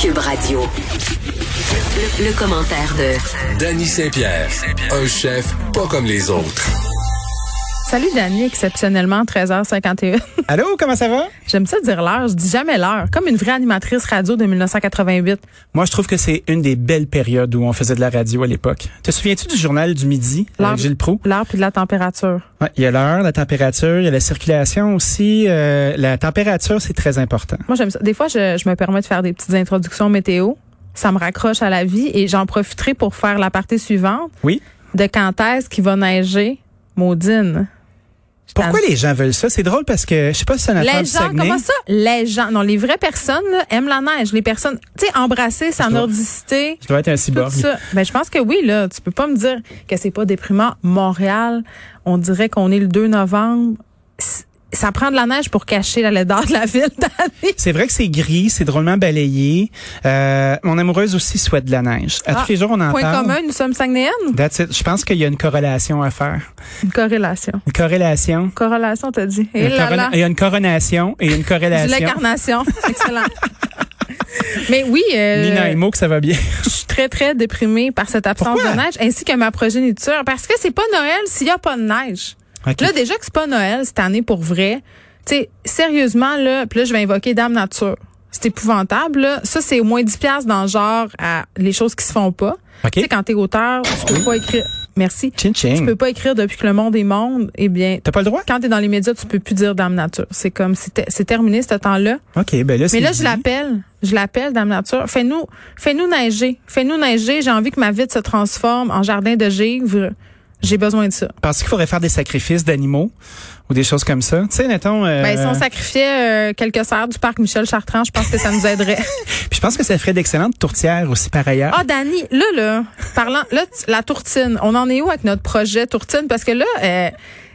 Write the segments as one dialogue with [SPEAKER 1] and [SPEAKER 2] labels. [SPEAKER 1] Cube Radio. Le, le commentaire de
[SPEAKER 2] Danny Saint-Pierre, un chef pas comme les autres.
[SPEAKER 3] Salut Dani, exceptionnellement 13h51.
[SPEAKER 4] Allô, comment ça va?
[SPEAKER 3] J'aime ça dire l'heure, je dis jamais l'heure, comme une vraie animatrice radio de
[SPEAKER 4] Euh,
[SPEAKER 3] 1988.
[SPEAKER 4] Moi, je trouve que c'est une des belles périodes où on faisait de la radio à l'époque. Te souviens-tu du journal du midi
[SPEAKER 3] L'heure
[SPEAKER 4] avec Gilles Proux?
[SPEAKER 3] L'heure puis de la température.
[SPEAKER 4] Ouais, il y a l'heure, la température, il y a la circulation aussi. Euh, la température, c'est très important.
[SPEAKER 3] Moi j'aime ça. Des fois je, je me permets de faire des petites introductions météo, ça me raccroche à la vie et j'en profiterai pour faire la partie suivante
[SPEAKER 4] Oui.
[SPEAKER 3] de quand est-ce qu'il va neiger, Maudine. Je
[SPEAKER 4] Pourquoi
[SPEAKER 3] t'en-
[SPEAKER 4] les gens veulent ça? C'est drôle parce que, je sais pas si c'est un affaire
[SPEAKER 3] les
[SPEAKER 4] du
[SPEAKER 3] gens,
[SPEAKER 4] Saguenay.
[SPEAKER 3] comment ça? Les gens, non, les vraies personnes là, aiment la neige. Les personnes, tu sais, embrasser sa
[SPEAKER 4] dois-
[SPEAKER 3] nordicité.
[SPEAKER 4] Je dois être un
[SPEAKER 3] Tout
[SPEAKER 4] cyborg.
[SPEAKER 3] ça. Ben, je pense que oui, là. Tu peux pas me dire que c'est pas déprimant. Montréal, on dirait qu'on est le 2 novembre. C- Ça prend de la neige pour cacher la laideur de la ville d'année.
[SPEAKER 4] C'est vrai que c'est gris, c'est drôlement balayé. Euh, mon amoureuse aussi souhaite de la neige. À
[SPEAKER 3] Ah,
[SPEAKER 4] tous les jours, on en
[SPEAKER 3] Point
[SPEAKER 4] parle.
[SPEAKER 3] commun, nous sommes Saguenayennes.
[SPEAKER 4] That's it. Je pense qu'il y a une corrélation à faire.
[SPEAKER 3] Une corrélation.
[SPEAKER 4] Une corrélation.
[SPEAKER 3] Corrélation, t'as dit.
[SPEAKER 4] Il y
[SPEAKER 3] Et
[SPEAKER 4] a une
[SPEAKER 3] Eh là
[SPEAKER 4] corona-
[SPEAKER 3] là.
[SPEAKER 4] il y a une coronation et une
[SPEAKER 3] Du lait
[SPEAKER 4] corrélation.
[SPEAKER 3] carnation. Excellent. Mais oui, euh,
[SPEAKER 4] Nina et Mo, que ça va bien.
[SPEAKER 3] je suis très, très déprimée par cette absence
[SPEAKER 4] Pourquoi?
[SPEAKER 3] de neige, ainsi que ma progéniture, parce que c'est pas Noël s'il y a pas de neige.
[SPEAKER 4] OK.
[SPEAKER 3] Là, déjà que c'est pas Noël cette année pour vrai, tu sais, sérieusement, là, puis là, je vais invoquer Dame Nature. C'est épouvantable, là. Ça, c'est au moins 10 piastres dans le genre à les choses qui se font pas.
[SPEAKER 4] OK.
[SPEAKER 3] Tu sais, quand t'es auteur, tu peux pas écrire. Merci.
[SPEAKER 4] Chin
[SPEAKER 3] Tu
[SPEAKER 4] chin.
[SPEAKER 3] peux pas écrire depuis que le monde est monde. Eh bien,
[SPEAKER 4] T'as pas le droit?
[SPEAKER 3] quand t'es dans les médias, tu peux plus dire Dame Nature. C'est comme, c'est te- c'est terminé ce temps-là.
[SPEAKER 4] OK, ben là, c'est
[SPEAKER 3] Mais là,
[SPEAKER 4] dit.
[SPEAKER 3] je l'appelle. Je l'appelle, Dame Nature. Fais-nous, fais-nous neiger. Fais-nous neiger. J'ai envie que ma vie se transforme en jardin de givre. J'ai besoin de ça.
[SPEAKER 4] Parce qu'il faudrait faire des sacrifices d'animaux ou des choses comme ça. Tu sais, mettons. euh,
[SPEAKER 3] Ben, si on sacrifiait euh, quelques serres du parc Michel Chartrand, je pense que ça nous aiderait.
[SPEAKER 4] puis je pense que ça ferait d'excellentes tourtières aussi par ailleurs.
[SPEAKER 3] Ah, Dani, là, là, parlant, là, tu- la tourtine. On en est où avec notre projet tourtine? Parce que là, euh,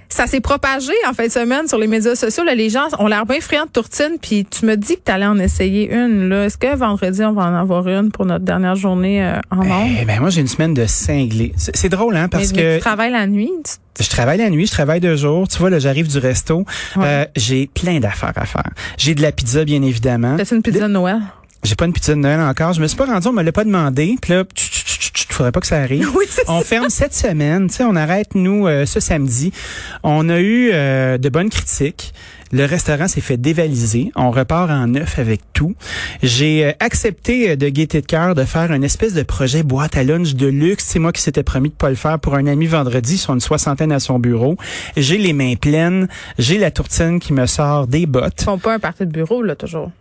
[SPEAKER 3] ça s'est propagé en fin de semaine sur les médias sociaux. Là, les gens ont l'air bien friands de tourtine. Puis tu me dis que tu allais en essayer une. Là, est-ce que vendredi on va en avoir une pour notre dernière journée euh, en ondes?
[SPEAKER 4] Eh ben moi j'ai une semaine de cinglé. C'est c'est drôle hein parce
[SPEAKER 3] mais, mais
[SPEAKER 4] que
[SPEAKER 3] tu travailles la nuit. tu-
[SPEAKER 4] je travaille la nuit, je travaille deux jours. Tu vois là j'arrive du resto,
[SPEAKER 3] Ouais.
[SPEAKER 4] Euh, j'ai plein d'affaires à faire. J'ai de la pizza bien évidemment.
[SPEAKER 3] T'as-tu une pizza de Noël?
[SPEAKER 4] J'ai pas une pizza de Noël encore. Je me suis pas rendu, on me l'a pas demandé. Puis là, tch, tch, tch, tch, faudrait pas que ça arrive.
[SPEAKER 3] Oui, c'est
[SPEAKER 4] on ferme cette semaine. Tu sais, on arrête nous euh, ce samedi. On a eu euh, de bonnes critiques. Le restaurant s'est fait dévaliser. On repart en neuf avec tout. J'ai euh, accepté euh, de gaieté de cœur de faire une espèce de projet boîte à lunch de luxe. C'est moi qui s'étais promis de pas le faire pour un ami vendredi. Ils sont une soixantaine à son bureau. J'ai les mains pleines. J'ai la tourtine qui me sort des bottes.
[SPEAKER 3] Ils font pas un party de bureau, là, toujours.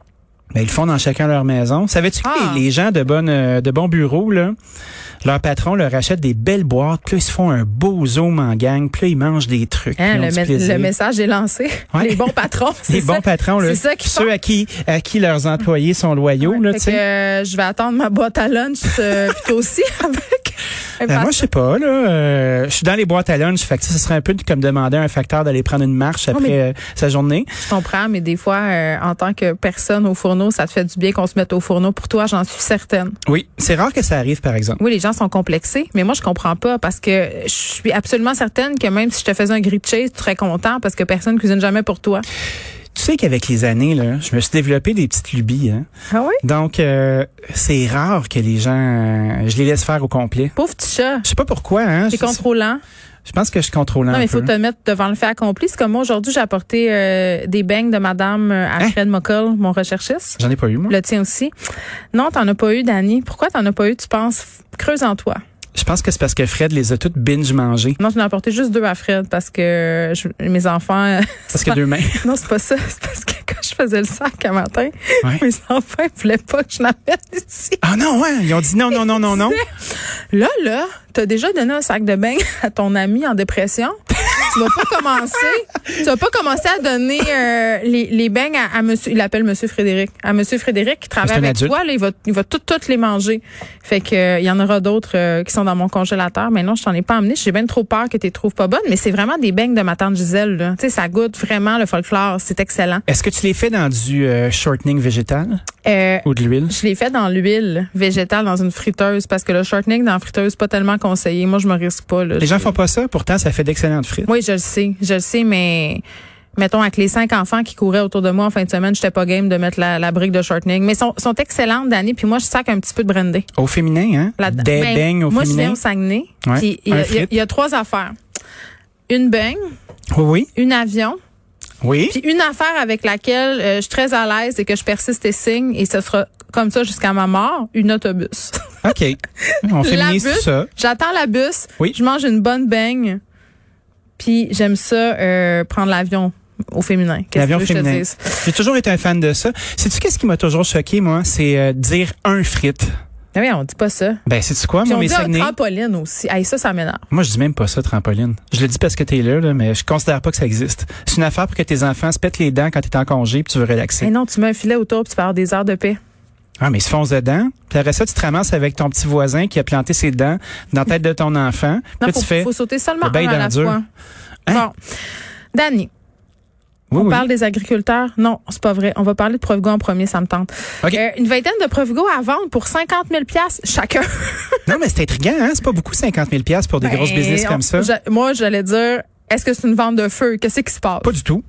[SPEAKER 4] Ben, ils le font dans chacun leur maison. Savais-tu que
[SPEAKER 3] Ah.
[SPEAKER 4] les, les gens de bonne, euh, de bons bureaux, là, leur patron leur achète des belles boîtes, puis là, ils se font un beau zoom en gang, puis là, ils mangent des trucs.
[SPEAKER 3] Hein,
[SPEAKER 4] puis ils ont
[SPEAKER 3] le,
[SPEAKER 4] du
[SPEAKER 3] me-
[SPEAKER 4] plaisir.
[SPEAKER 3] le message est lancé.
[SPEAKER 4] Ouais.
[SPEAKER 3] Les bons patrons.
[SPEAKER 4] les
[SPEAKER 3] c'est ça.
[SPEAKER 4] bons patrons, là,
[SPEAKER 3] C'est ça qu'ils font.
[SPEAKER 4] ceux à qui, à qui leurs employés sont loyaux, là,
[SPEAKER 3] Fait
[SPEAKER 4] tu sais.
[SPEAKER 3] que, euh, je vais attendre ma boîte à lunch, euh, puis toi aussi, avec. un
[SPEAKER 4] Ben, moi,
[SPEAKER 3] passe-
[SPEAKER 4] je sais pas, là. euh, je suis dans les boîtes à lunch, fait que ça, ce serait un peu comme demander à un facteur d'aller prendre une marche après
[SPEAKER 3] mais-
[SPEAKER 4] euh, sa journée.
[SPEAKER 3] je comprends, mais des fois, euh, en tant que personne au fourneau, ça te fait du bien qu'on se mette au fourneau. Pour toi, j'en suis certaine.
[SPEAKER 4] Oui. C'est rare que ça arrive, par exemple.
[SPEAKER 3] Oui, les gens sont complexés, mais moi, je comprends pas parce que je suis absolument certaine que même si je te faisais un grilled cheese, tu serais content parce que personne cuisine jamais pour toi.
[SPEAKER 4] Tu sais qu'avec les années, là, je me suis développé des petites lubies, hein.
[SPEAKER 3] Ah oui?
[SPEAKER 4] Donc, euh, c'est rare que les gens, euh, je les laisse faire au complet.
[SPEAKER 3] Pauvre petit chat.
[SPEAKER 4] Je sais pas pourquoi, hein. Je,
[SPEAKER 3] T'es contrôlant.
[SPEAKER 4] je pense que je contrôle un
[SPEAKER 3] Non, mais il
[SPEAKER 4] peu.
[SPEAKER 3] faut te mettre devant le fait accompli. C'est comme moi, aujourd'hui, j'ai apporté euh, des beignes de Madame euh,
[SPEAKER 4] Hein?
[SPEAKER 3] Alfred Mockle, mon recherchiste.
[SPEAKER 4] J'en ai pas eu, moi.
[SPEAKER 3] Le tien aussi. Non, t'en as pas eu, Dani. Pourquoi t'en as pas eu, tu penses? F- Creuse en toi.
[SPEAKER 4] Je pense que c'est parce que Fred les a toutes binge mangées.
[SPEAKER 3] Non, j'en ai apporté juste deux à Fred parce que euh, je- mes enfants...
[SPEAKER 4] Parce que deux mains.
[SPEAKER 3] non, c'est pas ça. C'est parce que quand je faisais le sac un matin,
[SPEAKER 4] Ouais.
[SPEAKER 3] mes enfants ils voulaient pas que je la mette ici.
[SPEAKER 4] Ah non, ouais. Ils ont dit non, non, non, non, non.
[SPEAKER 3] Là, là, t'as déjà donné un sac de bain à ton ami en dépression. tu vas pas commencer. Tu vas pas commencer à donner euh, les, les beignes à, à monsieur. Il l'appelle Monsieur Frédéric. À Monsieur Frédéric qui
[SPEAKER 4] C'est
[SPEAKER 3] travaille
[SPEAKER 4] un
[SPEAKER 3] avec
[SPEAKER 4] adulte.
[SPEAKER 3] toi, là, il va, il va toutes toutes les manger. Fait que euh, il y en aura d'autres euh, qui sont dans mon congélateur. Mais non, je t'en ai pas amené. J'ai bien trop peur que tu les trouves pas bonnes. Mais c'est vraiment des beignes de ma tante Gisèle. là. Tu sais, ça goûte vraiment le folklore. C'est excellent.
[SPEAKER 4] Est-ce que tu les fais dans du euh, shortening végétal
[SPEAKER 3] Euh,
[SPEAKER 4] ou de l'huile?
[SPEAKER 3] je l'ai fait dans l'huile végétale dans une friteuse parce que le shortening dans la friteuse pas tellement conseillé. Moi, je me risque pas là.
[SPEAKER 4] Les gens
[SPEAKER 3] Je-
[SPEAKER 4] font pas ça, pourtant ça fait d'excellentes frites.
[SPEAKER 3] Oui, je le sais, je le sais, mais mettons, avec les cinq enfants qui couraient autour de moi en fin de semaine, j'étais pas game de mettre la, la brique de shortening. Mais sont, sont excellentes, Dani. Puis moi, je sac un petit peu de brandy.
[SPEAKER 4] Au féminin, hein?
[SPEAKER 3] là-dedans.
[SPEAKER 4] Des
[SPEAKER 3] Ben,
[SPEAKER 4] beignes au
[SPEAKER 3] moi, je
[SPEAKER 4] féminin.
[SPEAKER 3] viens au Saguenay.
[SPEAKER 4] Ouais,
[SPEAKER 3] Puis il y,
[SPEAKER 4] un
[SPEAKER 3] a- il y a-
[SPEAKER 4] frit.
[SPEAKER 3] il y a trois affaires. Une beigne,
[SPEAKER 4] Oui,
[SPEAKER 3] une avion,
[SPEAKER 4] oui.
[SPEAKER 3] puis une affaire avec laquelle euh, je suis très à l'aise et que je persiste et signe, et ce sera comme ça jusqu'à ma mort, une autobus.
[SPEAKER 4] OK. On féminise
[SPEAKER 3] La
[SPEAKER 4] tout
[SPEAKER 3] bus,
[SPEAKER 4] ça.
[SPEAKER 3] J'attends la bus,
[SPEAKER 4] Oui.
[SPEAKER 3] je mange une bonne beigne, puis j'aime ça euh, prendre l'avion au féminin. Qu'est-ce que
[SPEAKER 4] L'avion
[SPEAKER 3] tu veux que je te
[SPEAKER 4] féminin.
[SPEAKER 3] dise?
[SPEAKER 4] J'ai toujours été un fan de ça. Sais-tu qu'est-ce qui m'a toujours choqué, moi? C'est euh, dire un frite.
[SPEAKER 3] Ah oui, on dit pas ça.
[SPEAKER 4] Ben, sais-tu quoi?
[SPEAKER 3] Puis
[SPEAKER 4] Moi,
[SPEAKER 3] on
[SPEAKER 4] mes
[SPEAKER 3] dit ah,
[SPEAKER 4] Saguenay-
[SPEAKER 3] trampoline aussi. Hey, ça, ça m'énerve.
[SPEAKER 4] Moi, je dis même pas ça, trampoline. Je le dis parce que t'es là, là, mais je considère pas que ça existe. C'est une affaire pour que tes enfants se pètent les dents quand t'es en congé puis tu veux relaxer.
[SPEAKER 3] Hey, non, tu mets un filet autour puis tu pars des heures de paix.
[SPEAKER 4] Ah, mais ils se foncent dedans. Puis après ça, tu te ramasses avec ton petit voisin qui a planté ses dents dans la tête de ton enfant. Puis
[SPEAKER 3] Non,
[SPEAKER 4] là,
[SPEAKER 3] faut,
[SPEAKER 4] tu fais.
[SPEAKER 3] faut sauter seulement
[SPEAKER 4] le bain
[SPEAKER 3] un à la
[SPEAKER 4] d'endure.
[SPEAKER 3] fois.
[SPEAKER 4] Hein?
[SPEAKER 3] Bon. Dani,
[SPEAKER 4] Oui,
[SPEAKER 3] on
[SPEAKER 4] oui.
[SPEAKER 3] parle des agriculteurs. Non, c'est pas vrai. On va parler de Provigo en premier, ça me tente.
[SPEAKER 4] OK.
[SPEAKER 3] Euh, une vingtaine de Provigo à vendre pour 50 000 piastres chacun.
[SPEAKER 4] Non, mais c'est intriguant, hein? C'est pas beaucoup 50 000 pour des grosses
[SPEAKER 3] Ben,
[SPEAKER 4] business
[SPEAKER 3] on-
[SPEAKER 4] comme ça.
[SPEAKER 3] j'a- moi, j'allais dire, est-ce que c'est une vente de feu? Qu'est-ce qui se passe?
[SPEAKER 4] Pas du tout.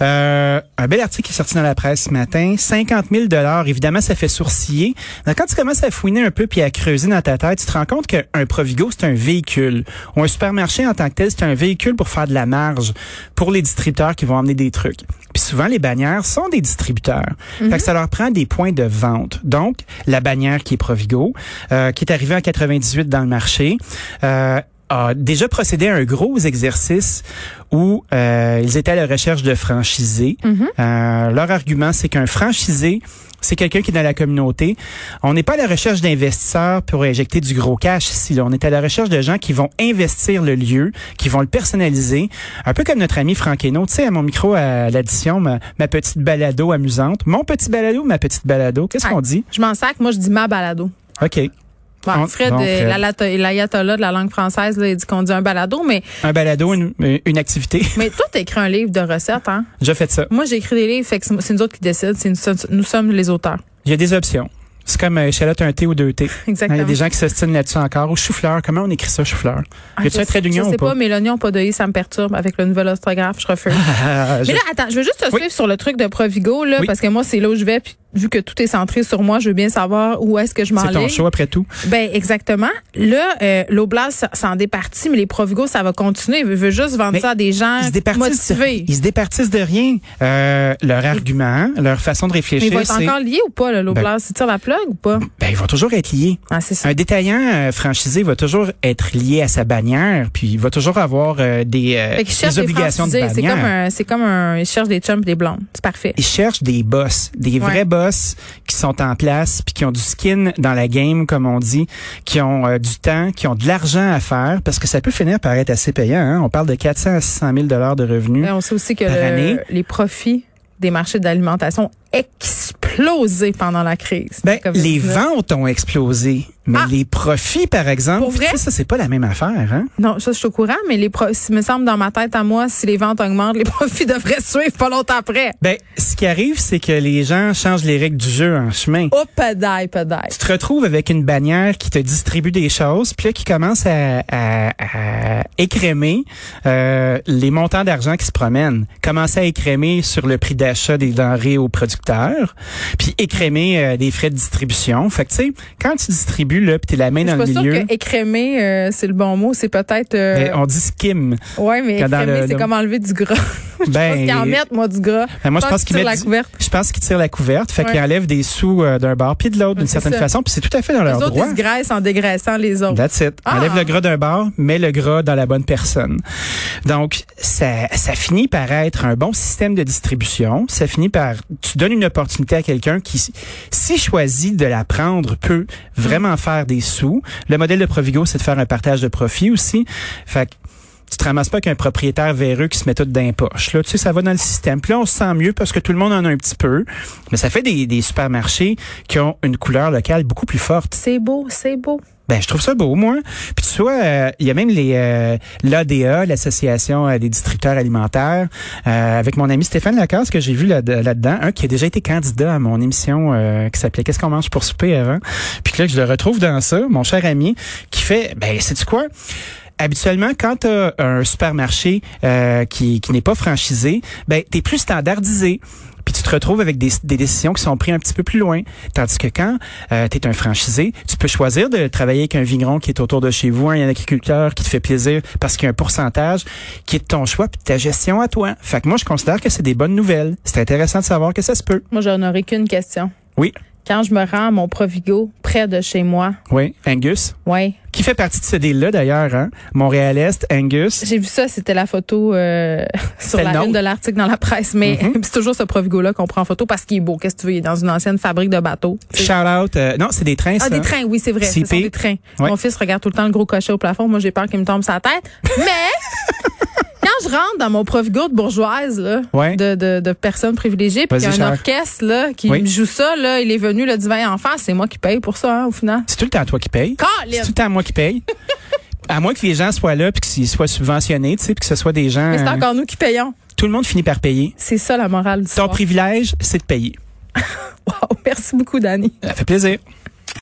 [SPEAKER 4] Euh, un bel article qui est sorti dans la presse ce matin. 50 000 Évidemment, ça fait sourciller. Mais quand tu commences à fouiner un peu puis à creuser dans ta tête, tu te rends compte qu'un Provigo, c'est un véhicule. Ou un supermarché en tant que tel, c'est un véhicule pour faire de la marge pour les distributeurs qui vont emmener des trucs. Puis souvent, les bannières sont des distributeurs. Fait que ça leur prend des points de vente. Donc, la bannière qui est Provigo, euh, qui est arrivée en 98 dans le marché, euh, a déjà procédé à un gros exercice où euh, ils étaient à la recherche de franchisés. Euh, leur argument, c'est qu'un franchisé, c'est quelqu'un qui est dans la communauté. On n'est pas à la recherche d'investisseurs pour injecter du gros cash ici. là. On est à la recherche de gens qui vont investir le lieu, qui vont le personnaliser. Un peu comme notre ami Franck Hainaut. Tu sais, à mon micro, à l'addition, ma, ma petite balado amusante. Mon petit balado, ma petite balado. Qu'est-ce
[SPEAKER 3] Ouais.
[SPEAKER 4] qu'on dit?
[SPEAKER 3] Je m'en sac, moi, je dis ma balado.
[SPEAKER 4] OK.
[SPEAKER 3] Bon,
[SPEAKER 4] On-
[SPEAKER 3] Fred,
[SPEAKER 4] bon,
[SPEAKER 3] euh,
[SPEAKER 4] Fred.
[SPEAKER 3] la lata- l'ayatollah de la langue française, là, il dit qu'on dit un balado, mais,
[SPEAKER 4] Un balado, une, une activité.
[SPEAKER 3] mais toi, t'as écrit un livre de recettes, hein?
[SPEAKER 4] J'ai fait ça.
[SPEAKER 3] Moi, j'ai écrit des livres, fait que c'est c'est nous autres qui décident, c'est nous, nous sommes les auteurs.
[SPEAKER 4] Il y a des options. C'est comme euh, échalote un thé ou deux thés. Hein, Il y
[SPEAKER 3] Exactement.
[SPEAKER 4] a des gens qui s'ostinent là-dessus encore. Au chou-fleur, comment on écrit ça, chou-fleur?
[SPEAKER 3] Ah,
[SPEAKER 4] Y a-tu
[SPEAKER 3] je
[SPEAKER 4] un trait
[SPEAKER 3] sais-
[SPEAKER 4] d'union
[SPEAKER 3] Je
[SPEAKER 4] ou
[SPEAKER 3] sais pas,
[SPEAKER 4] pas?
[SPEAKER 3] mais l'oignon pas d'œil, ça me perturbe avec le nouvel orthographe, je refuse.
[SPEAKER 4] Ah, je-
[SPEAKER 3] Mais là, attends, je veux juste te
[SPEAKER 4] Oui.
[SPEAKER 3] suivre sur le truc de Provigo, là,
[SPEAKER 4] Oui.
[SPEAKER 3] parce que moi, c'est là où je vais, puis vu que tout est centré sur moi, je veux bien savoir où est-ce que je
[SPEAKER 4] C'est ton
[SPEAKER 3] m'enlève.
[SPEAKER 4] show après tout.
[SPEAKER 3] Ben, exactement. Là, euh, l'Oblast s- s'en départit, mais les Provigo, ça va continuer. Ils veulent juste vendre
[SPEAKER 4] Mais
[SPEAKER 3] ça à des gens
[SPEAKER 4] Ils se départissent,
[SPEAKER 3] motivés.
[SPEAKER 4] ils se départissent de rien. Euh, leur argument, leur façon de
[SPEAKER 3] Mais
[SPEAKER 4] réfléchir,
[SPEAKER 3] il va être
[SPEAKER 4] c'est...
[SPEAKER 3] encore lié ou pas, là, l'Oblast? Il tire la plug ou pas?
[SPEAKER 4] Ben, ils vont toujours être liés.
[SPEAKER 3] Ah, c'est ça.
[SPEAKER 4] Un détaillant euh, franchisé va toujours être lié à sa bannière, puis il va toujours avoir euh, des, euh,
[SPEAKER 3] Fait qu'ils cherchent
[SPEAKER 4] des
[SPEAKER 3] des
[SPEAKER 4] obligations de
[SPEAKER 3] franchisés. C'est
[SPEAKER 4] bannière.
[SPEAKER 3] comme un, c'est comme un, ils cherchent des chums et des blondes. C'est parfait.
[SPEAKER 4] Ils cherchent des boss, des vrais boss qui sont en place puis qui ont du skin dans la game comme on dit, qui ont euh, du temps, qui ont de l'argent à faire parce que ça peut finir par être assez payant. hein. On parle de 400 à 600 000 dollars de revenus.
[SPEAKER 3] Ben, on sait aussi que
[SPEAKER 4] Mm. Par
[SPEAKER 3] le-
[SPEAKER 4] année.
[SPEAKER 3] les profits des marchés d'alimentation ont explosé pendant la crise.
[SPEAKER 4] Ben,
[SPEAKER 3] Comme
[SPEAKER 4] les
[SPEAKER 3] ça.
[SPEAKER 4] ventes ont explosé, mais
[SPEAKER 3] Ah!
[SPEAKER 4] les profits, par exemple,
[SPEAKER 3] Pour vrai?
[SPEAKER 4] tu sais, ça, c'est pas la même affaire. Hein?
[SPEAKER 3] Non, ça, je suis au courant, mais les pro- il me semble dans ma tête à moi, si les ventes augmentent, les profits devraient suivre pas longtemps après.
[SPEAKER 4] Ben, ce qui arrive, c'est que les gens changent les règles du jeu en chemin.
[SPEAKER 3] Oh, pedaille, pedaille.
[SPEAKER 4] Tu te retrouves avec une bannière qui te distribue des choses, puis là, qui commence à, à- à écrémer euh, les montants d'argent qui se promènent. Commencer à écrémer sur le prix d'achat des denrées aux producteurs, puis écrémer euh, des frais de distribution. Fait que, tu sais, quand tu distribues, là, puis t'es la main
[SPEAKER 3] Je suis
[SPEAKER 4] dans
[SPEAKER 3] pas
[SPEAKER 4] le
[SPEAKER 3] sûre
[SPEAKER 4] milieu,
[SPEAKER 3] que écrémer, euh, c'est le bon mot. C'est peut-être. euh,
[SPEAKER 4] ben, on dit skim.
[SPEAKER 3] ouais, mais
[SPEAKER 4] quand dans
[SPEAKER 3] écrémer,
[SPEAKER 4] le-
[SPEAKER 3] c'est
[SPEAKER 4] le-
[SPEAKER 3] comme enlever du gras. je pense
[SPEAKER 4] Ben,
[SPEAKER 3] qu'ils en mettent, moi, du gras.
[SPEAKER 4] ben, moi, je pense
[SPEAKER 3] qu'ils
[SPEAKER 4] qu'ils
[SPEAKER 3] tirent la
[SPEAKER 4] mettent... du-
[SPEAKER 3] couverte.
[SPEAKER 4] Je pense qu'ils tirent la couverte, fait
[SPEAKER 3] Ouais.
[SPEAKER 4] qu'ils enlèvent des sous euh, d'un bar puis de l'autre
[SPEAKER 3] Ouais,
[SPEAKER 4] d'une
[SPEAKER 3] c'est
[SPEAKER 4] certaine
[SPEAKER 3] ça.
[SPEAKER 4] façon, puis c'est tout à fait dans
[SPEAKER 3] Les
[SPEAKER 4] leur
[SPEAKER 3] autres,
[SPEAKER 4] droit.
[SPEAKER 3] ils se graissent en dégraissant les autres.
[SPEAKER 4] That's it.
[SPEAKER 3] Ah.
[SPEAKER 4] Enlève le gras d'un bar, mets le gras dans la bonne personne. Donc, ça, ça finit par être un bon système de distribution. Ça finit par, tu donnes une opportunité à quelqu'un qui, si choisit de la prendre, peut vraiment faire des sous. Le modèle de Provigo, c'est de faire un partage de profit aussi. Fait que, tu te ramasses pas qu'un propriétaire véreux qui se met tout dans les poches. Là, tu sais, ça va dans le système. Puis là, on se sent mieux parce que tout le monde en a un petit peu. Mais ça fait des, des supermarchés qui ont une couleur locale beaucoup plus forte.
[SPEAKER 3] C'est beau, c'est beau.
[SPEAKER 4] Ben, je trouve ça beau, moi. Puis tu vois, euh, il y a même les euh, l'ADA, l'association euh, des distributeurs alimentaires, euh, avec mon ami Stéphane Lacasse que j'ai vu là- là-dedans, un qui a déjà été candidat à mon émission euh, qui s'appelait Qu'est-ce qu'on mange pour souper avant. Puis que là, je le retrouve dans ça, mon cher ami, qui fait, ben, c'est tu quoi? habituellement, quand tu un supermarché euh, qui, qui n'est pas franchisé, ben, tu es plus standardisé. Puis tu te retrouves avec des, des décisions qui sont prises un petit peu plus loin. Tandis que quand euh, tu es un franchisé, tu peux choisir de travailler avec un vigneron qui est autour de chez vous, un agriculteur qui te fait plaisir parce qu'il y a un pourcentage qui est de ton choix puis de ta gestion à toi. Fait que moi, je considère que c'est des bonnes nouvelles. C'est intéressant de savoir que ça se peut.
[SPEAKER 3] Moi, j'en aurais qu'une question.
[SPEAKER 4] Oui,
[SPEAKER 3] Quand je me rends à mon Provigo, près de chez moi,
[SPEAKER 4] oui. Angus,
[SPEAKER 3] ouais,
[SPEAKER 4] qui fait partie de ce deal-là d'ailleurs, hein? Montréal-Est, Angus.
[SPEAKER 3] j'ai vu ça, c'était la photo euh, sur
[SPEAKER 4] C'est le
[SPEAKER 3] la
[SPEAKER 4] nôtre. Mm-hmm.
[SPEAKER 3] une de l'article dans la presse, mais c'est toujours ce Provigo-là qu'on prend en photo parce qu'il est beau. Qu'est-ce que tu veux? Il est dans une ancienne fabrique de bateaux.
[SPEAKER 4] Shout out. euh, non, c'est des trains,
[SPEAKER 3] Ah,
[SPEAKER 4] ça.
[SPEAKER 3] des trains, oui, c'est vrai. Ce
[SPEAKER 4] CP.
[SPEAKER 3] sont des trains.
[SPEAKER 4] Ouais.
[SPEAKER 3] Mon fils regarde tout le temps le gros cochet au plafond. Moi, j'ai peur qu'il me tombe sa tête. Mais quand je rentre dans mon Provigo de bourgeoise, là,
[SPEAKER 4] Ouais.
[SPEAKER 3] de, de, de personnes privilégiées, puis
[SPEAKER 4] Vas-y,
[SPEAKER 3] qu'il y a un
[SPEAKER 4] Charles.
[SPEAKER 3] orchestre là, qui
[SPEAKER 4] Oui.
[SPEAKER 3] me joue ça, là, il est venu le divin enfant, c'est moi qui paye pour ça, hein, au final.
[SPEAKER 4] C'est tout le temps toi qui paye.
[SPEAKER 3] Colin!
[SPEAKER 4] C'est tout le temps moi qui paye. à moins que les gens soient là puis qu'ils soient subventionnés, tu sais, puis que ce soit des gens.
[SPEAKER 3] Mais c'est
[SPEAKER 4] euh,
[SPEAKER 3] encore nous qui payons.
[SPEAKER 4] Tout le monde finit par payer.
[SPEAKER 3] C'est ça la morale du
[SPEAKER 4] Ton
[SPEAKER 3] soir.
[SPEAKER 4] privilège, c'est de payer.
[SPEAKER 3] Wow, merci beaucoup, Dani.
[SPEAKER 4] Ça fait plaisir.